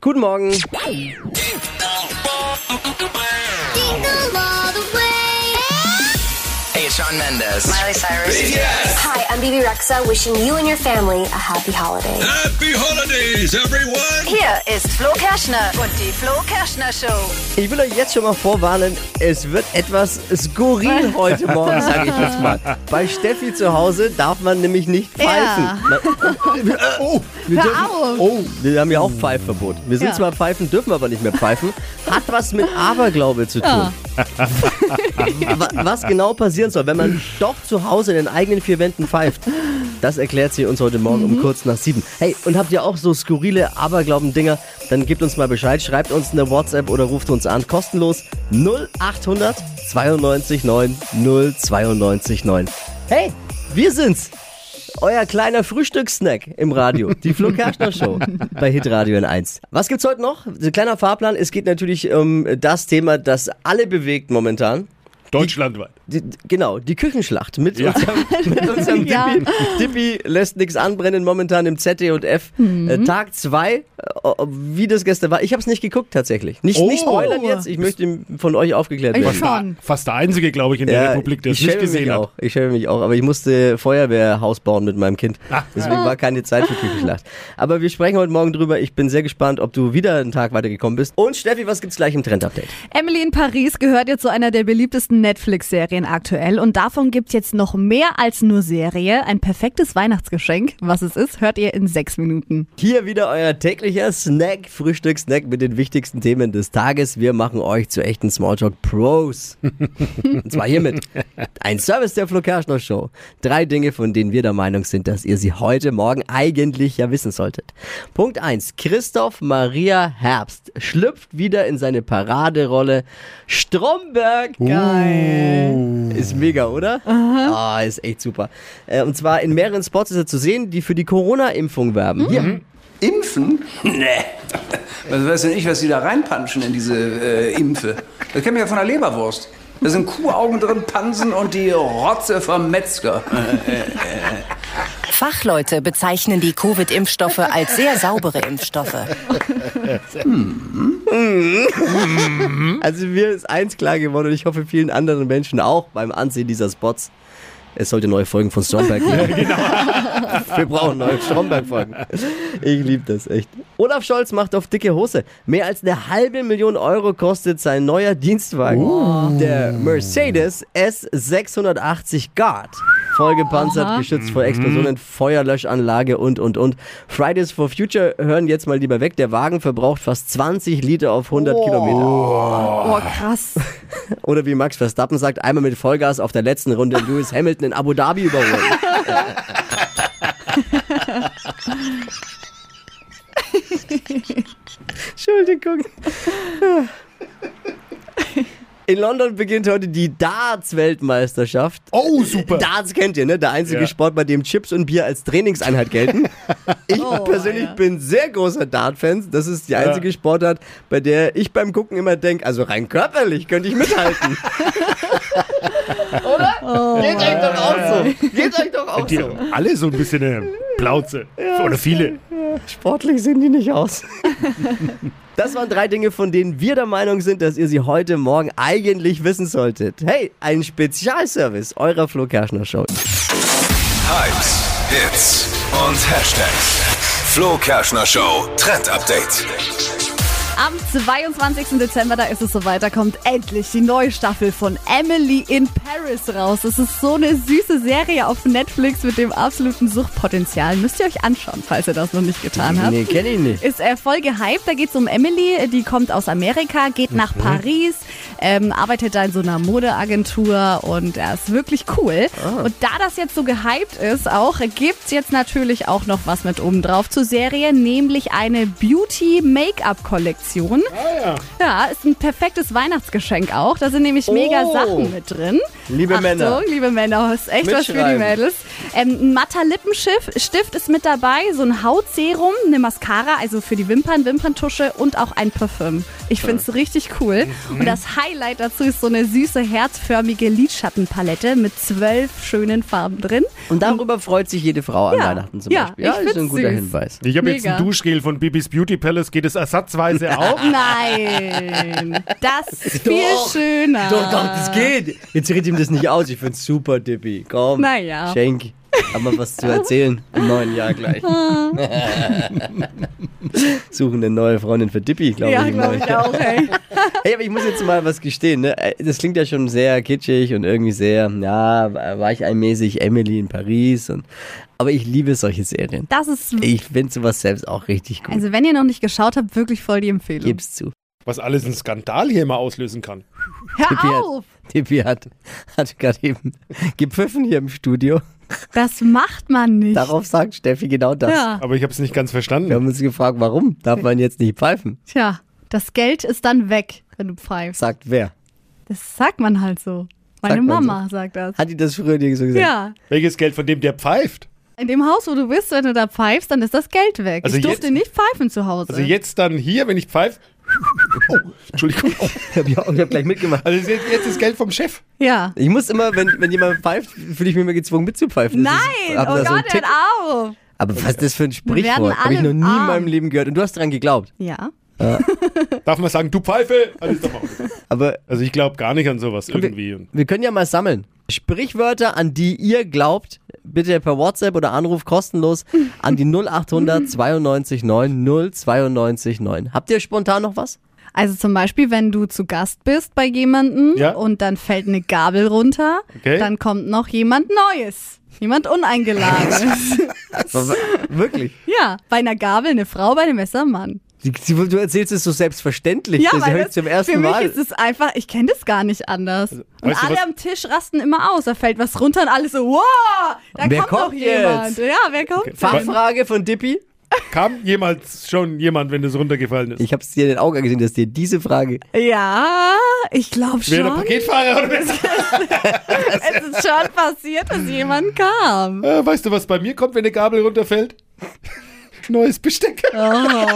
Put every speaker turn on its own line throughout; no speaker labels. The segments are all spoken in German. Guten Morgen.
Jingle all the way.
Hey, it's Sean Mendes.
Miley Cyrus.
BTS.
Hi, I'm BB Rexa, wishing you and your family a happy holiday.
Happy holidays, everyone!
Hier ist Flo Kerschner und die Flo Kerschner Show.
Ich will euch jetzt schon mal vorwarnen, es wird etwas skurril heute Morgen, sage ich jetzt mal. Bei Steffi zu Hause darf man nämlich nicht pfeifen. Man- Oh, wir dürfen,
auf.
oh, wir haben ja auch Pfeifverbot. Wir sind
Ja.
zwar pfeifen, dürfen aber nicht mehr pfeifen. Hat was mit Aberglaube zu tun. Wa- was genau passieren soll, wenn man doch zu Hause in den eigenen vier Wänden pfeift. Das erklärt sie uns heute Morgen um kurz nach sieben. Hey, und habt ihr auch so skurrile Aberglauben-Dinger? Dann gebt uns mal Bescheid, schreibt uns eine WhatsApp oder ruft uns an. Kostenlos 0800 92 9 092 9. Hey, wir sind's. Euer kleiner Frühstückssnack im Radio. Die Flo Kerschner Show bei Hitradio N1. Was gibt's heute noch? Ein Kleiner Fahrplan. Es geht natürlich um das Thema, das alle bewegt momentan.
Deutschlandweit.
Die, genau, die Küchenschlacht mit unserem, mit unserem
Ja.
Dippi. Dippi lässt nichts anbrennen momentan im ZDF. Äh,
Mhm.
Tag 2, äh, wie das gestern war. Ich habe es nicht geguckt tatsächlich. Nicht, nicht
Oh.
spoilern jetzt, ich möchte von euch aufgeklärt
Ich
werden.
schon.
Fast der einzige, glaube ich, in der Republik, der es
ich
nicht
schäme
gesehen
mich
hat.
auch. Ich schäme mich auch, aber ich musste Feuerwehrhaus bauen mit meinem Kind.
Ah.
Deswegen war keine Zeit für Küchenschlacht. Aber wir sprechen heute Morgen drüber. Ich bin sehr gespannt, ob du wieder einen Tag weitergekommen bist. Und Steffi, was gibt's gleich im Trendupdate?
Emily in Paris gehört jetzt zu einer der beliebtesten Netflix-Serien aktuell und davon gibt's jetzt noch mehr als nur Serie. Ein perfektes Weihnachtsgeschenk. Was es ist, hört ihr in sechs Minuten.
Hier wieder euer täglicher Snack, Frühstück-Snack mit den wichtigsten Themen des Tages. Wir machen euch zu echten Smalltalk-Pros. Und zwar hiermit ein Service der Flo Kerschner Show. Drei Dinge, von denen wir der Meinung sind, dass ihr sie heute Morgen eigentlich ja wissen solltet. Punkt eins: Christoph Maria Herbst schlüpft wieder in seine Paraderolle Stromberg. Ist mega, oder? Ah, ist echt super. Äh, Und zwar in mehreren Spots ist er zu sehen, die für die Corona-Impfung werben. Hier.
Impfen? Nee. Was weiß denn ich, was die da reinpanschen in diese äh, Impfe? Das kennen wir ja von der Leberwurst. Da sind Kuhaugen drin, Pansen und die Rotze vom Metzger.
Fachleute bezeichnen die Covid-Impfstoffe als sehr saubere Impfstoffe.
Also mir ist eins klar geworden und ich hoffe vielen anderen Menschen auch beim Ansehen dieser Spots. Es sollte neue Folgen von Stromberg geben. Wir brauchen neue Stromberg-Folgen. Ich liebe das echt. Olaf Scholz macht auf dicke Hose. Mehr als eine halbe Million Euro kostet sein neuer Dienstwagen. Der Mercedes S680 Guard. Vollgepanzert, geschützt vor Explosionen, Feuerlöschanlage und, und, und. Fridays for Future hören jetzt mal lieber weg. Der Wagen verbraucht fast 20 Liter auf 100 Kilometer.
Oh, krass.
Oder wie Max Verstappen sagt, einmal mit Vollgas auf der letzten Runde Lewis Hamilton in Abu Dhabi überholen. Entschuldigung. In London beginnt heute die Darts-Weltmeisterschaft.
Oh, super.
Darts kennt ihr, ne? Der einzige
Ja.
Sport, bei dem Chips und Bier als Trainingseinheit gelten. Ich persönlich bin sehr großer Dart-Fan. Das ist die einzige Sportart, bei der ich beim Gucken immer denke, also rein körperlich könnte ich mithalten. Oder? Geht euch doch auch so. Geht euch doch auch
die
so.
haben alle so ein bisschen eine Plauze. Oder viele.
Sportlich sehen die nicht aus. Das waren drei Dinge, von denen wir der Meinung sind, dass ihr sie heute Morgen eigentlich wissen solltet. Hey, ein Spezialservice eurer Flo Kerschner Show.
Hypes, Hits und Hashtags. Flo Kerschner Show Trend Update.
Am 22. Dezember, da ist es soweit, da kommt endlich die neue Staffel von Emily in Paris raus. Es ist so eine süße Serie auf Netflix mit dem absoluten Suchtpotenzial. Müsst ihr euch anschauen, falls ihr das noch nicht getan habt.
Nee, kenne ich nicht.
Ist äh, voll gehypt. Da geht's um Emily, äh, die kommt aus Amerika, geht
Mhm.
nach Paris, ähm, arbeitet da in so einer Modeagentur und er ist wirklich cool.
Ah.
Und da das jetzt so gehypt ist, auch äh, gibt's jetzt natürlich auch noch was mit oben drauf zur Serie, nämlich eine Beauty-Make-up-Kollektion. Aktion.
Ah,
Ja, ist ein perfektes Weihnachtsgeschenk auch. Da sind nämlich mega
Oh.
Sachen mit drin.
Liebe
Achtung,
Männer.
liebe Männer, ist echt was für die
Mitschreiben.
Mädels. Ähm, ein matter Lippenstift Stift ist mit dabei, so ein Hautserum, eine Mascara, also für die Wimpern, Wimperntusche und auch ein Parfüm. Ich find's richtig cool.
Mhm.
Und das Highlight dazu ist so eine süße, herzförmige Lidschattenpalette mit zwölf schönen Farben drin.
Und darüber freut sich jede Frau an
Ja.
Weihnachten zum
Ja,
Beispiel.
ich
Ja, ist
find's
ein guter
süß.
Hinweis.
Ich habe jetzt
Mega.
ein Duschgel von Bibis Beauty Palace. Geht es ersatzweise auch?
Nein, das ist viel
Doch.
schöner.
Doch, doch, das geht. Jetzt red ihm das nicht aus. Ich find's super, Dippy. Komm,
Naja.
schenk. Haben wir was zu erzählen im neuen Jahr gleich.
Ah.
Suchen eine neue Freundin für Dippy, glaube
Ja,
ich. im
glaube
neuen
ich
Jahr.
auch. Ey.
Hey, aber ich muss jetzt mal was gestehen. Ne? Äh, Das klingt ja schon sehr kitschig und irgendwie sehr, ja, war ich einmäßig Emily in Paris. Und, aber ich liebe solche Serien.
Das ist,
Ich finde sowas selbst auch richtig gut.
also wenn ihr noch nicht geschaut habt, wirklich voll die Empfehlung.
Gib's zu.
Was alles einen Skandal hier immer auslösen kann.
Hör
Tippi
auf!
Hat, Tippi hat, hat gerade eben gepfiffen hier im Studio.
Das macht man nicht.
Darauf sagt Steffi genau das.
ja,
Aber ich habe es nicht ganz
Wir
verstanden.
haben uns gefragt, warum darf man jetzt nicht pfeifen?
tja, das Geld ist dann weg, wenn du pfeifst.
Sagt wer?
Das sagt man halt so. Meine
Sagt man
Mama sagt das.
Hat die das früher dir so gesagt?
Ja,
Welches Geld von dem, der pfeift?
in dem Haus, wo du bist, wenn du da pfeifst, dann ist das Geld weg.
Also
ich durfte
jetzt-
nicht pfeifen zu Hause.
Also jetzt dann hier, wenn ich pfeife. Oh, Entschuldigung.
Ich hab, ja- ich hab gleich mitgemacht.
Also jetzt, jetzt ist Geld vom Chef.
ja.
Ich muss immer, wenn, wenn jemand pfeift, fühle ich mich immer gezwungen mitzupfeifen. Das
Nein!
Ist, hab
Oh
da so einen
Gott,
Tick.
hört auf!
Aber was ist das für ein
werden
Sprichwort? Habe ich
alle
noch nie in
arm.
meinem Leben gehört. Und du hast dran geglaubt.
Ja.
Darf man sagen, du Pfeife? Alles doch mal.
Aber
Also ich glaube gar nicht an sowas irgendwie.
wir, wir können ja mal sammeln. Sprichwörter, an die ihr glaubt, bitte per WhatsApp oder Anruf kostenlos an die 0800 92 9 092 9. Habt ihr spontan noch was?
Also zum Beispiel, wenn du zu Gast bist bei jemandem
Ja.
und dann fällt eine Gabel runter,
Okay.
dann kommt noch jemand Neues. Jemand Uneingeladenes.
Wirklich?
ja, bei einer Gabel eine Frau, bei einem Messer ein Mann.
Sie- sie- Du erzählst es so selbstverständlich.
Ja,
das
weil
höre ich
das,
zum ersten
für mich
Mal. Also,
ist es einfach, ich kenne das gar nicht anders. und
weißt du
alle
was-
am Tisch rasten immer aus, da fällt was runter und alle so, wow, da
Wer
kommt, noch
kommt jetzt?
jemand. Ja, wer kommt denn?
Fachfrage von Dippy.
Kam jemals schon jemand, wenn das runtergefallen ist?
Ich habe es dir in den Augen gesehen, dass dir diese Frage.
Ja, ich glaube
Wer der
schon.
Paketfahrer oder wer?
Es ist schon passiert, dass jemand kam.
Äh, weißt du, was bei mir kommt, wenn eine Gabel runterfällt? Neues Besteck.
Oh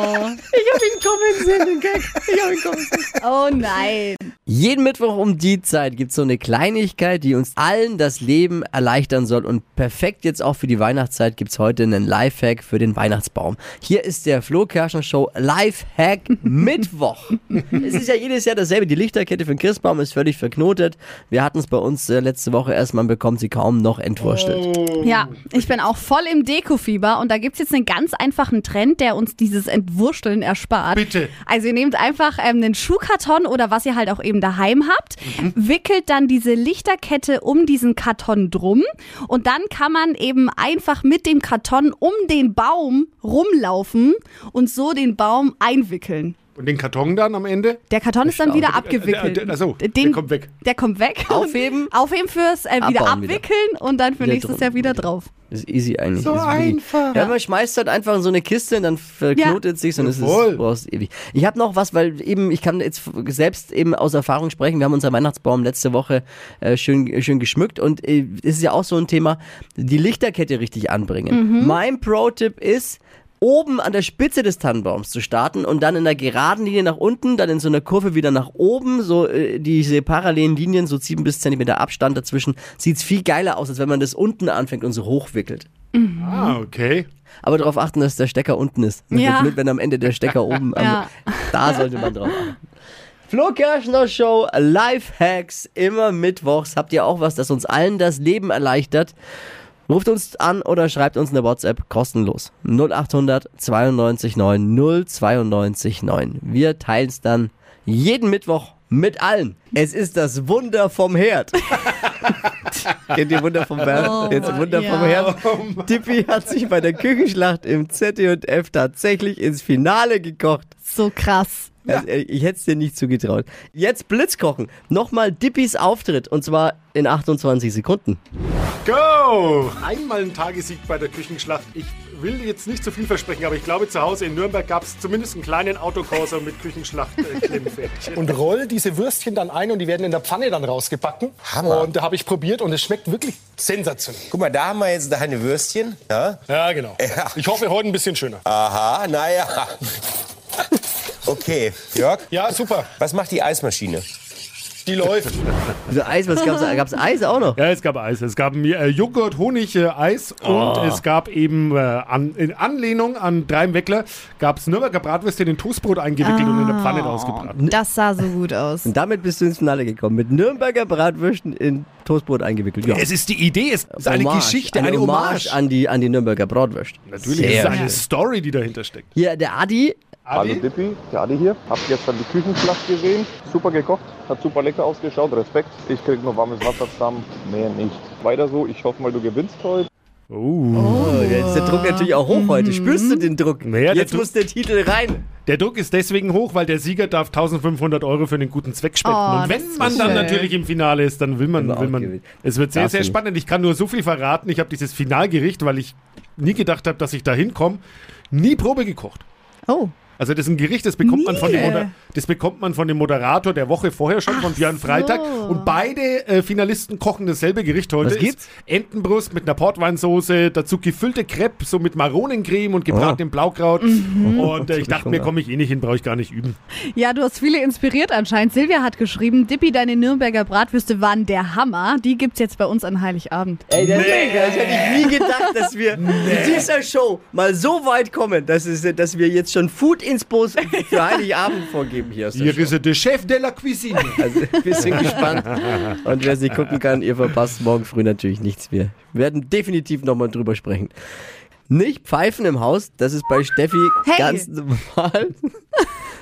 nein.
Jeden Mittwoch um die Zeit gibt es so eine Kleinigkeit, die uns allen das Leben erleichtern soll. Und perfekt jetzt auch für die Weihnachtszeit gibt es heute einen Lifehack für den Weihnachtsbaum. Hier ist der Flo Kerschner Show Lifehack Mittwoch. es ist ja jedes Jahr dasselbe. Die Lichterkette für den Christbaum ist völlig verknotet. Wir hatten es bei uns äh, letzte Woche erst, man bekommt sie kaum noch entwurstelt.
Ja, ich bin auch voll im Dekofieber und da gibt's jetzt einen ganz einfachen Trend, der uns dieses Entwursteln erspart.
Bitte.
Also ihr nehmt einfach ähm, einen Schuhkarton oder was ihr halt auch eben daheim habt,
Mhm.
wickelt dann diese Lichterkette um diesen Karton drum und dann kann man eben einfach mit dem Karton um den Baum rumlaufen und so den Baum einwickeln.
Und den Karton dann am Ende?
Der Karton ist dann wieder abgewickelt.
der- der- achso, äh, der kommt weg.
Der kommt weg.
Aufheben?
Aufheben fürs äh, wieder
Abbauen wieder.
abwickeln und dann für
Wieder
nächstes
drum.
Jahr wieder drauf.
Ist easy eigentlich. So einfach. Ja, man schmeißt halt einfach in so eine Kiste und dann verknotet sich's und es ist
Jawohl.
brauchst ewig. Ich habe noch was, weil eben ich kann jetzt selbst eben aus Erfahrung sprechen. Wir haben unseren Weihnachtsbaum letzte Woche äh, schön schön geschmückt und äh, es ist ja auch so ein Thema, die Lichterkette richtig anbringen. Mein Pro-Tipp ist oben an der Spitze des Tannenbaums zu starten und dann in der geraden Linie nach unten, dann in so einer Kurve wieder nach oben, so äh, diese parallelen Linien, so sieben bis Zentimeter Abstand dazwischen, sieht's viel geiler aus, als wenn man das unten anfängt und so hochwickelt.
Ah, okay.
Aber darauf achten, dass der Stecker unten ist. Das
Ja.
wird blöd, wenn am Ende der Stecker oben am,
Ja.
Da sollte man drauf achten. Flo Kerschner Show, Lifehacks, immer mittwochs. Habt ihr auch was, das uns allen das Leben erleichtert? Ruft uns an oder schreibt uns eine WhatsApp kostenlos. 0800 92 9 092 9. Wir teilen es dann jeden Mittwoch mit allen. Es ist das Wunder vom Herd. Kennt ihr Wunder vom Herd?
Oh,
Jetzt Wunder vom
ja.
Herd. Tippi hat sich bei der Küchenschlacht im ZDF tatsächlich ins Finale gekocht.
So krass.
Ganz ehrlich, ich hätte es dir nicht zugetraut. Jetzt Blitzkochen. Nochmal Dippis Auftritt und zwar in 28 Sekunden.
Go! Einmal ein Tagessieg bei der Küchenschlacht. Ich will jetzt nicht zu viel versprechen, aber ich glaube, zu Hause in Nürnberg gab es zumindest einen kleinen Autokorser mit äh, Küchenschlacht-Klimmfädchen.
und roll diese Würstchen dann ein und die werden in der Pfanne dann rausgebacken.
Hammer.
Und da habe ich probiert und es schmeckt wirklich sensationell.
Guck mal, da haben wir jetzt deine Würstchen. Ja?
Ja, genau.
Ja.
Ich hoffe, heute ein bisschen schöner.
Aha, naja. Okay, Jörg,
Ja, super.
was macht die Eismaschine?
Die läuft.
Also Eis, was gab's? da? Gab's Eis auch noch?
Ja, es gab Eis. Es gab äh, Joghurt, Honig, äh, Eis und es gab eben äh, an, in Anlehnung an Dreim Weckler gab es Nürnberger Bratwürstchen in Toastbrot eingewickelt und in der Pfanne rausgebraten.
Das sah so gut aus.
Und damit bist du ins Finale gekommen. Mit Nürnberger Bratwürsten in Toastbrot eingewickelt. Ja.
Es ist die Idee, es ist eine
Hommage,
Geschichte, eine Hommage.
an die, an die Nürnberger Bratwürste.
Natürlich, es ist
Sehr
eine Story, die dahinter steckt.
Hier, der Adi,
Adi?
Dippi, der Adi hier. Hab gestern die Küchenschlacht gesehen. Super gekocht, hat super lecker ausgeschaut. Respekt. Ich krieg nur warmes Wasser zusammen. Mehr nicht. Weiter so. Ich hoffe mal, du gewinnst heute.
Oh.
oh, jetzt ist der Druck natürlich auch hoch heute. Spürst du den Druck?
Naja, der
jetzt
Druck-
muss der Titel rein.
Der Druck ist deswegen hoch, weil der Sieger darf 1500 Euro für einen guten Zweck spenden.
Oh,
und
das
wenn
ist
man dann
schön.
natürlich im Finale ist, dann will man,
Will man
will
auch
man.
gewinnen.
Es wird sehr,
Darf
sehr
nicht.
spannend. Ich kann nur so viel verraten. Ich habe dieses Finalgericht, weil ich nie gedacht habe, dass ich da hinkomme, nie Probe gekocht.
Oh.
Also das ist ein Gericht, das bekommt, man von, dem
Nee.
Moder das bekommt man von dem Moderator der Woche vorher schon, von Björn Freitag.
so.
Und beide äh, Finalisten kochen dasselbe Gericht heute.
Was
Ist
gibt's?
Entenbrust mit einer Portweinsoße, dazu gefüllte Crepe, so mit Maronencreme
Oh.
und gebratenem Blaukraut.
Mhm.
Und äh, ich dachte mir, komme ich eh nicht hin, brauche ich gar nicht üben.
Ja, du hast viele inspiriert anscheinend. Silvia hat geschrieben, Dippi, deine Nürnberger Bratwürste waren der Hammer. Die gibt's jetzt bei uns an Heiligabend.
Ey, der Mega, das hätte ich nie gedacht, dass wir mit dieser Show mal so weit kommen, dass, es, dass wir jetzt schon Food Inspos für Heiligabend vorgeben hier. Aus der
Hier
Show.
ist er, der Chef de la Cuisine.
Also wir sind gespannt. Und wer sie gucken kann, ihr verpasst morgen früh natürlich nichts mehr. Wir werden definitiv nochmal drüber sprechen. Nicht pfeifen im Haus, das ist bei Steffi
Hey.
ganz normal.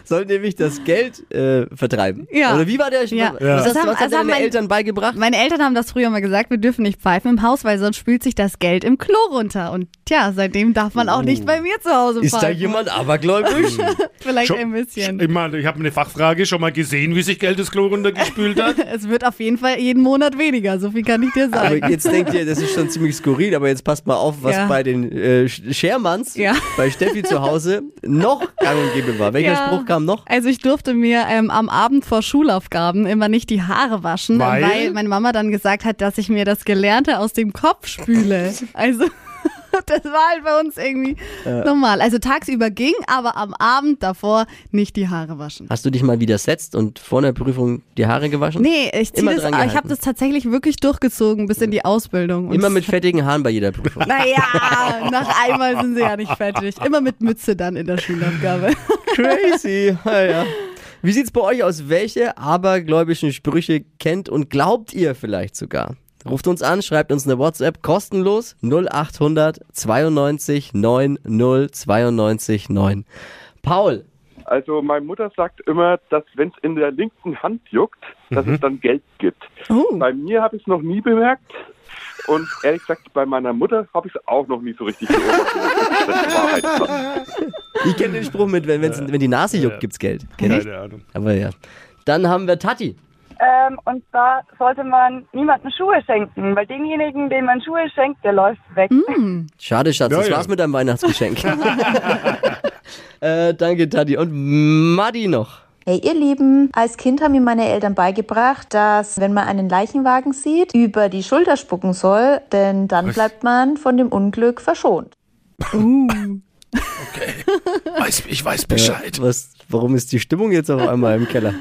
Soll nämlich das Geld äh, vertreiben.
Ja.
Oder wie war der?
Ja.
Was,
Das
hast, was
haben-
haben
das haben
deine
mein-
Eltern beigebracht?
Meine Eltern haben das früher mal gesagt, wir dürfen nicht pfeifen im Haus, weil sonst spült sich das Geld im Klo runter. Und tja, seitdem darf man auch nicht bei mir zu Hause pfeifen.
Oh. Ist da jemand abergläubisch?
Vielleicht
Schon-
ein bisschen.
Ich meine, ich habe eine Fachfrage schon mal gesehen, wie sich Geld das Klo runtergespült hat.
Es wird auf jeden Fall jeden Monat weniger, so viel kann ich dir sagen.
aber jetzt denkt ihr, das ist schon ziemlich skurril, aber jetzt passt mal auf, was
Ja.
bei den äh, Schermanns
Ja.
bei Steffi zu Hause noch gang und gäbe war. Welcher
Ja.
Spruch kam noch?
Also ich durfte mir ähm, am Abend vor Schulaufgaben immer nicht die Haare waschen,
Weil?
weil? meine Mama dann gesagt hat, dass ich mir das Gelernte aus dem Kopf spüle. Also das war halt bei uns irgendwie normal. Also tagsüber ging, aber am Abend davor nicht die Haare waschen.
Hast du dich mal widersetzt und vor einer Prüfung die Haare gewaschen?
Nee, ich zieh
Immer
das,
dran
ich habe
gehalten.
das tatsächlich wirklich durchgezogen bis in die Ausbildung. Und
Immer mit fettigen Haaren bei jeder Prüfung.
Naja, nach einmal sind sie ja nicht fertig. Immer mit Mütze dann in der Schulaufgabe.
Crazy. Ja, ja. Wie sieht's bei euch aus? Welche abergläubischen Sprüche kennt und glaubt ihr vielleicht sogar? Ruft uns an, schreibt uns eine WhatsApp kostenlos 0800 92 90 92 9. Paul,
Also meine Mutter sagt immer, dass wenn es in der linken Hand juckt, dass es dann Geld gibt.
Oh.
Bei mir habe ich es noch nie bemerkt. Und ehrlich gesagt, bei meiner Mutter habe ich es auch noch nie so richtig beobachtet. ob das die Wahrheit war.
ich kenne den Spruch mit, wenn, wenn's, wenn die Nase juckt, gibt's Geld. Kenn ich?
Keine Ahnung.
Aber ja. Dann haben wir Tati.
Ähm, und da sollte man niemandem Schuhe schenken, weil demjenigen, dem man Schuhe schenkt, der läuft weg.
Hm?
Schade, Schatz,
Ja,
das
ja.
war's mit deinem Weihnachtsgeschenk. äh, danke, Tati. Und Madi noch.
Hey ihr Lieben, als Kind haben mir meine Eltern beigebracht, dass wenn man einen Leichenwagen sieht, über die Schulter spucken soll, denn dann bleibt man von dem Unglück verschont.
Weiß, ich weiß Bescheid.
Äh, Was, warum ist die Stimmung jetzt auf einmal im Keller?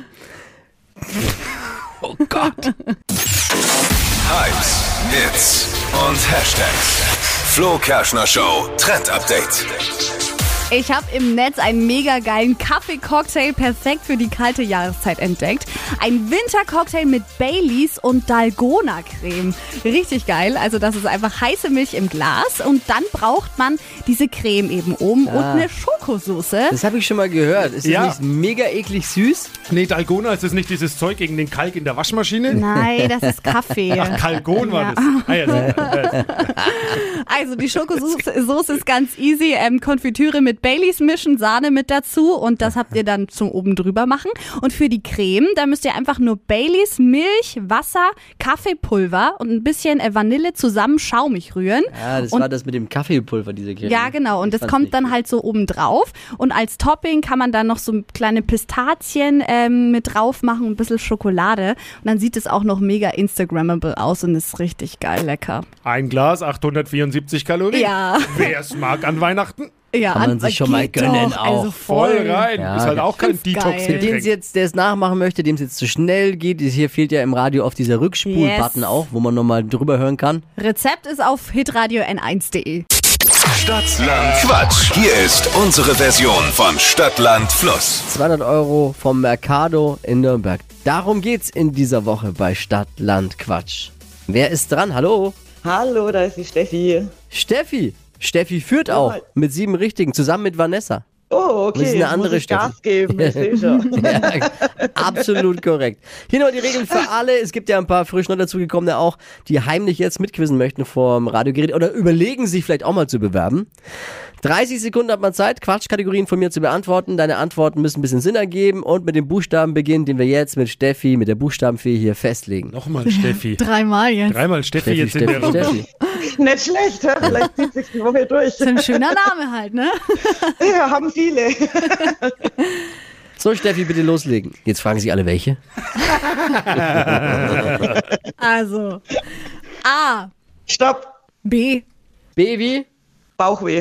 Oh Gott.
Hypes, Hits und Hashtags. Flo Kerschner Show Trend Update.
Ich habe im Netz einen mega geilen Kaffee-Cocktail perfekt für die kalte Jahreszeit entdeckt. Ein Wintercocktail mit Baileys und Dalgona-Creme. Richtig geil. Also das ist einfach heiße Milch im Glas und dann braucht man diese Creme eben oben und eine Schokosoße.
Das habe ich schon mal gehört. Ist
Ja.
das nicht mega eklig süß?
Nee, Dalgona ist es nicht dieses Zeug gegen den Kalk in der Waschmaschine.
Nein, das ist Kaffee.
Kalkon war
Ja.
das. Ah, ja,
Also die Schokosoße Soße ist ganz easy. Ähm, Konfitüre mit mit Baileys mischen, Sahne mit dazu und das habt ihr dann zum oben drüber machen. Und für die Creme, da müsst ihr einfach nur Baileys, Milch, Wasser, Kaffeepulver und ein bisschen äh, Vanille zusammen schaumig rühren.
Ja, das
und
war das mit dem Kaffeepulver, diese Creme.
ja, genau.
Ich
Und das
fand's
kommt
nicht
dann halt so oben drauf. Und als Topping kann man dann noch so kleine Pistazien ähm, mit drauf machen, ein bisschen Schokolade. Und dann sieht es auch noch mega Instagrammable aus und ist richtig geil lecker.
Ein Glas, 874 Kalorien.
Ja.
Wer es mag an Weihnachten?
Ja,
Kann man
an-
sich schon mal
geht
gönnen
doch,
auch.
Also voll.
Voll rein.
Ja,
ist halt auch kein
Für den es
Detox-Getränk.
jetzt, der es nachmachen möchte, dem es jetzt zu schnell geht, ist- hier fehlt ja im Radio auf dieser Rückspul-Button
Yes.
auch, wo man nochmal drüber hören kann.
Rezept ist auf hitradio n1.de.
Stadtland Quatsch. Hier ist unsere Version von Stadtland Fluss.
200 Euro vom Mercado in Nürnberg. Darum geht's in dieser Woche bei Stadt, Land, Quatsch. Wer ist dran? Hallo?
Hallo, da ist die Steffi.
Steffi. Steffi führt auch mit sieben Richtigen, zusammen mit Vanessa.
Oh, okay.
Das ist
jetzt
eine andere
muss ich
Steffi.
Gas geben, ich sehe schon.
ja, absolut korrekt. Hier noch die Regeln für alle. Es gibt ja ein paar frisch neu dazugekommene auch, die heimlich jetzt mitquizzen möchten vorm Radiogerät oder überlegen, sich vielleicht auch mal zu bewerben. 30 Sekunden hat man Zeit, Quatschkategorien von mir zu beantworten. Deine Antworten müssen ein bisschen Sinn ergeben und mit dem Buchstaben beginnen, den wir jetzt mit Steffi, mit der Buchstabenfee hier festlegen.
Nochmal Steffi.
Dreimal jetzt.
Dreimal Steffi,
Steffi,
jetzt in der
Steffi,
Runde.
Steffi.
Nicht schlecht, hä? vielleicht zieht sich die Woche durch.
Ist ein schöner Name halt, ne?
Ja, haben viele.
So, Steffi, bitte loslegen. Jetzt fragen Sie alle welche.
Also. A.
Stopp.
B.
Baby.
Bauchweh.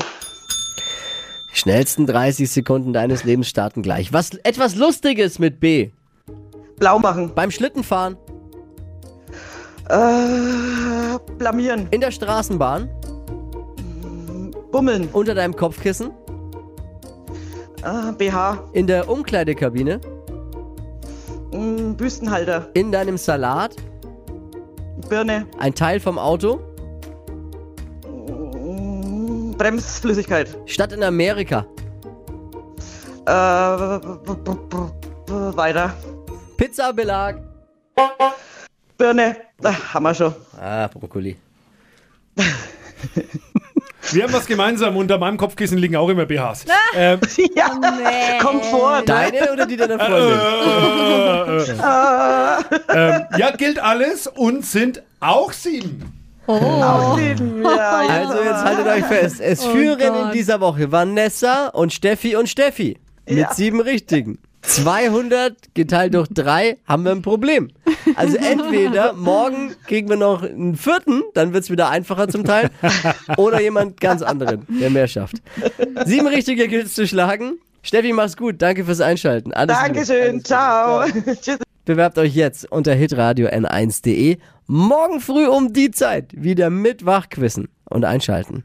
Schnellsten 30 Sekunden deines Lebens starten gleich. Was etwas Lustiges mit B.
Blau machen.
Beim Schlittenfahren.
Äh, blamieren.
In der Straßenbahn.
Bummeln.
Unter deinem Kopfkissen.
Äh, BH.
In der Umkleidekabine.
Mm, Büstenhalter.
In deinem Salat.
Birne.
Ein Teil vom Auto.
Mm, Bremsflüssigkeit.
Stadt in Amerika.
Äh, b- b- b- b- weiter.
Pizzabelag.
Birne. Ah, haben wir schon.
Ah, Brokkoli.
Wir haben was gemeinsam. Unter meinem Kopfkissen liegen auch immer BHs. Ähm,
Ja, kommt vor. Ne?
Deine oder die deiner
Äh, äh,
Freundin?
äh. ähm, ja, gilt alles und sind auch sieben.
Ausleben. Ja, ja.
Also jetzt haltet euch fest. Es
Oh
führen in
Gott.
dieser Woche Vanessa und Steffi und Steffi. Mit
Ja.
sieben richtigen. 200 geteilt durch drei haben wir ein Problem. Also entweder morgen kriegen wir noch einen vierten, dann wird es wieder einfacher zum Teil, oder jemand ganz anderen, der mehr schafft. Sieben richtige gilt es zu schlagen. Steffi, mach's gut. Danke fürs Einschalten. Alles Liebe.
Dankeschön. Ciao. Tschüss.
Bewerbt euch jetzt unter hitradio n1.de. Morgen früh um die Zeit wieder mit Wachquissen und einschalten.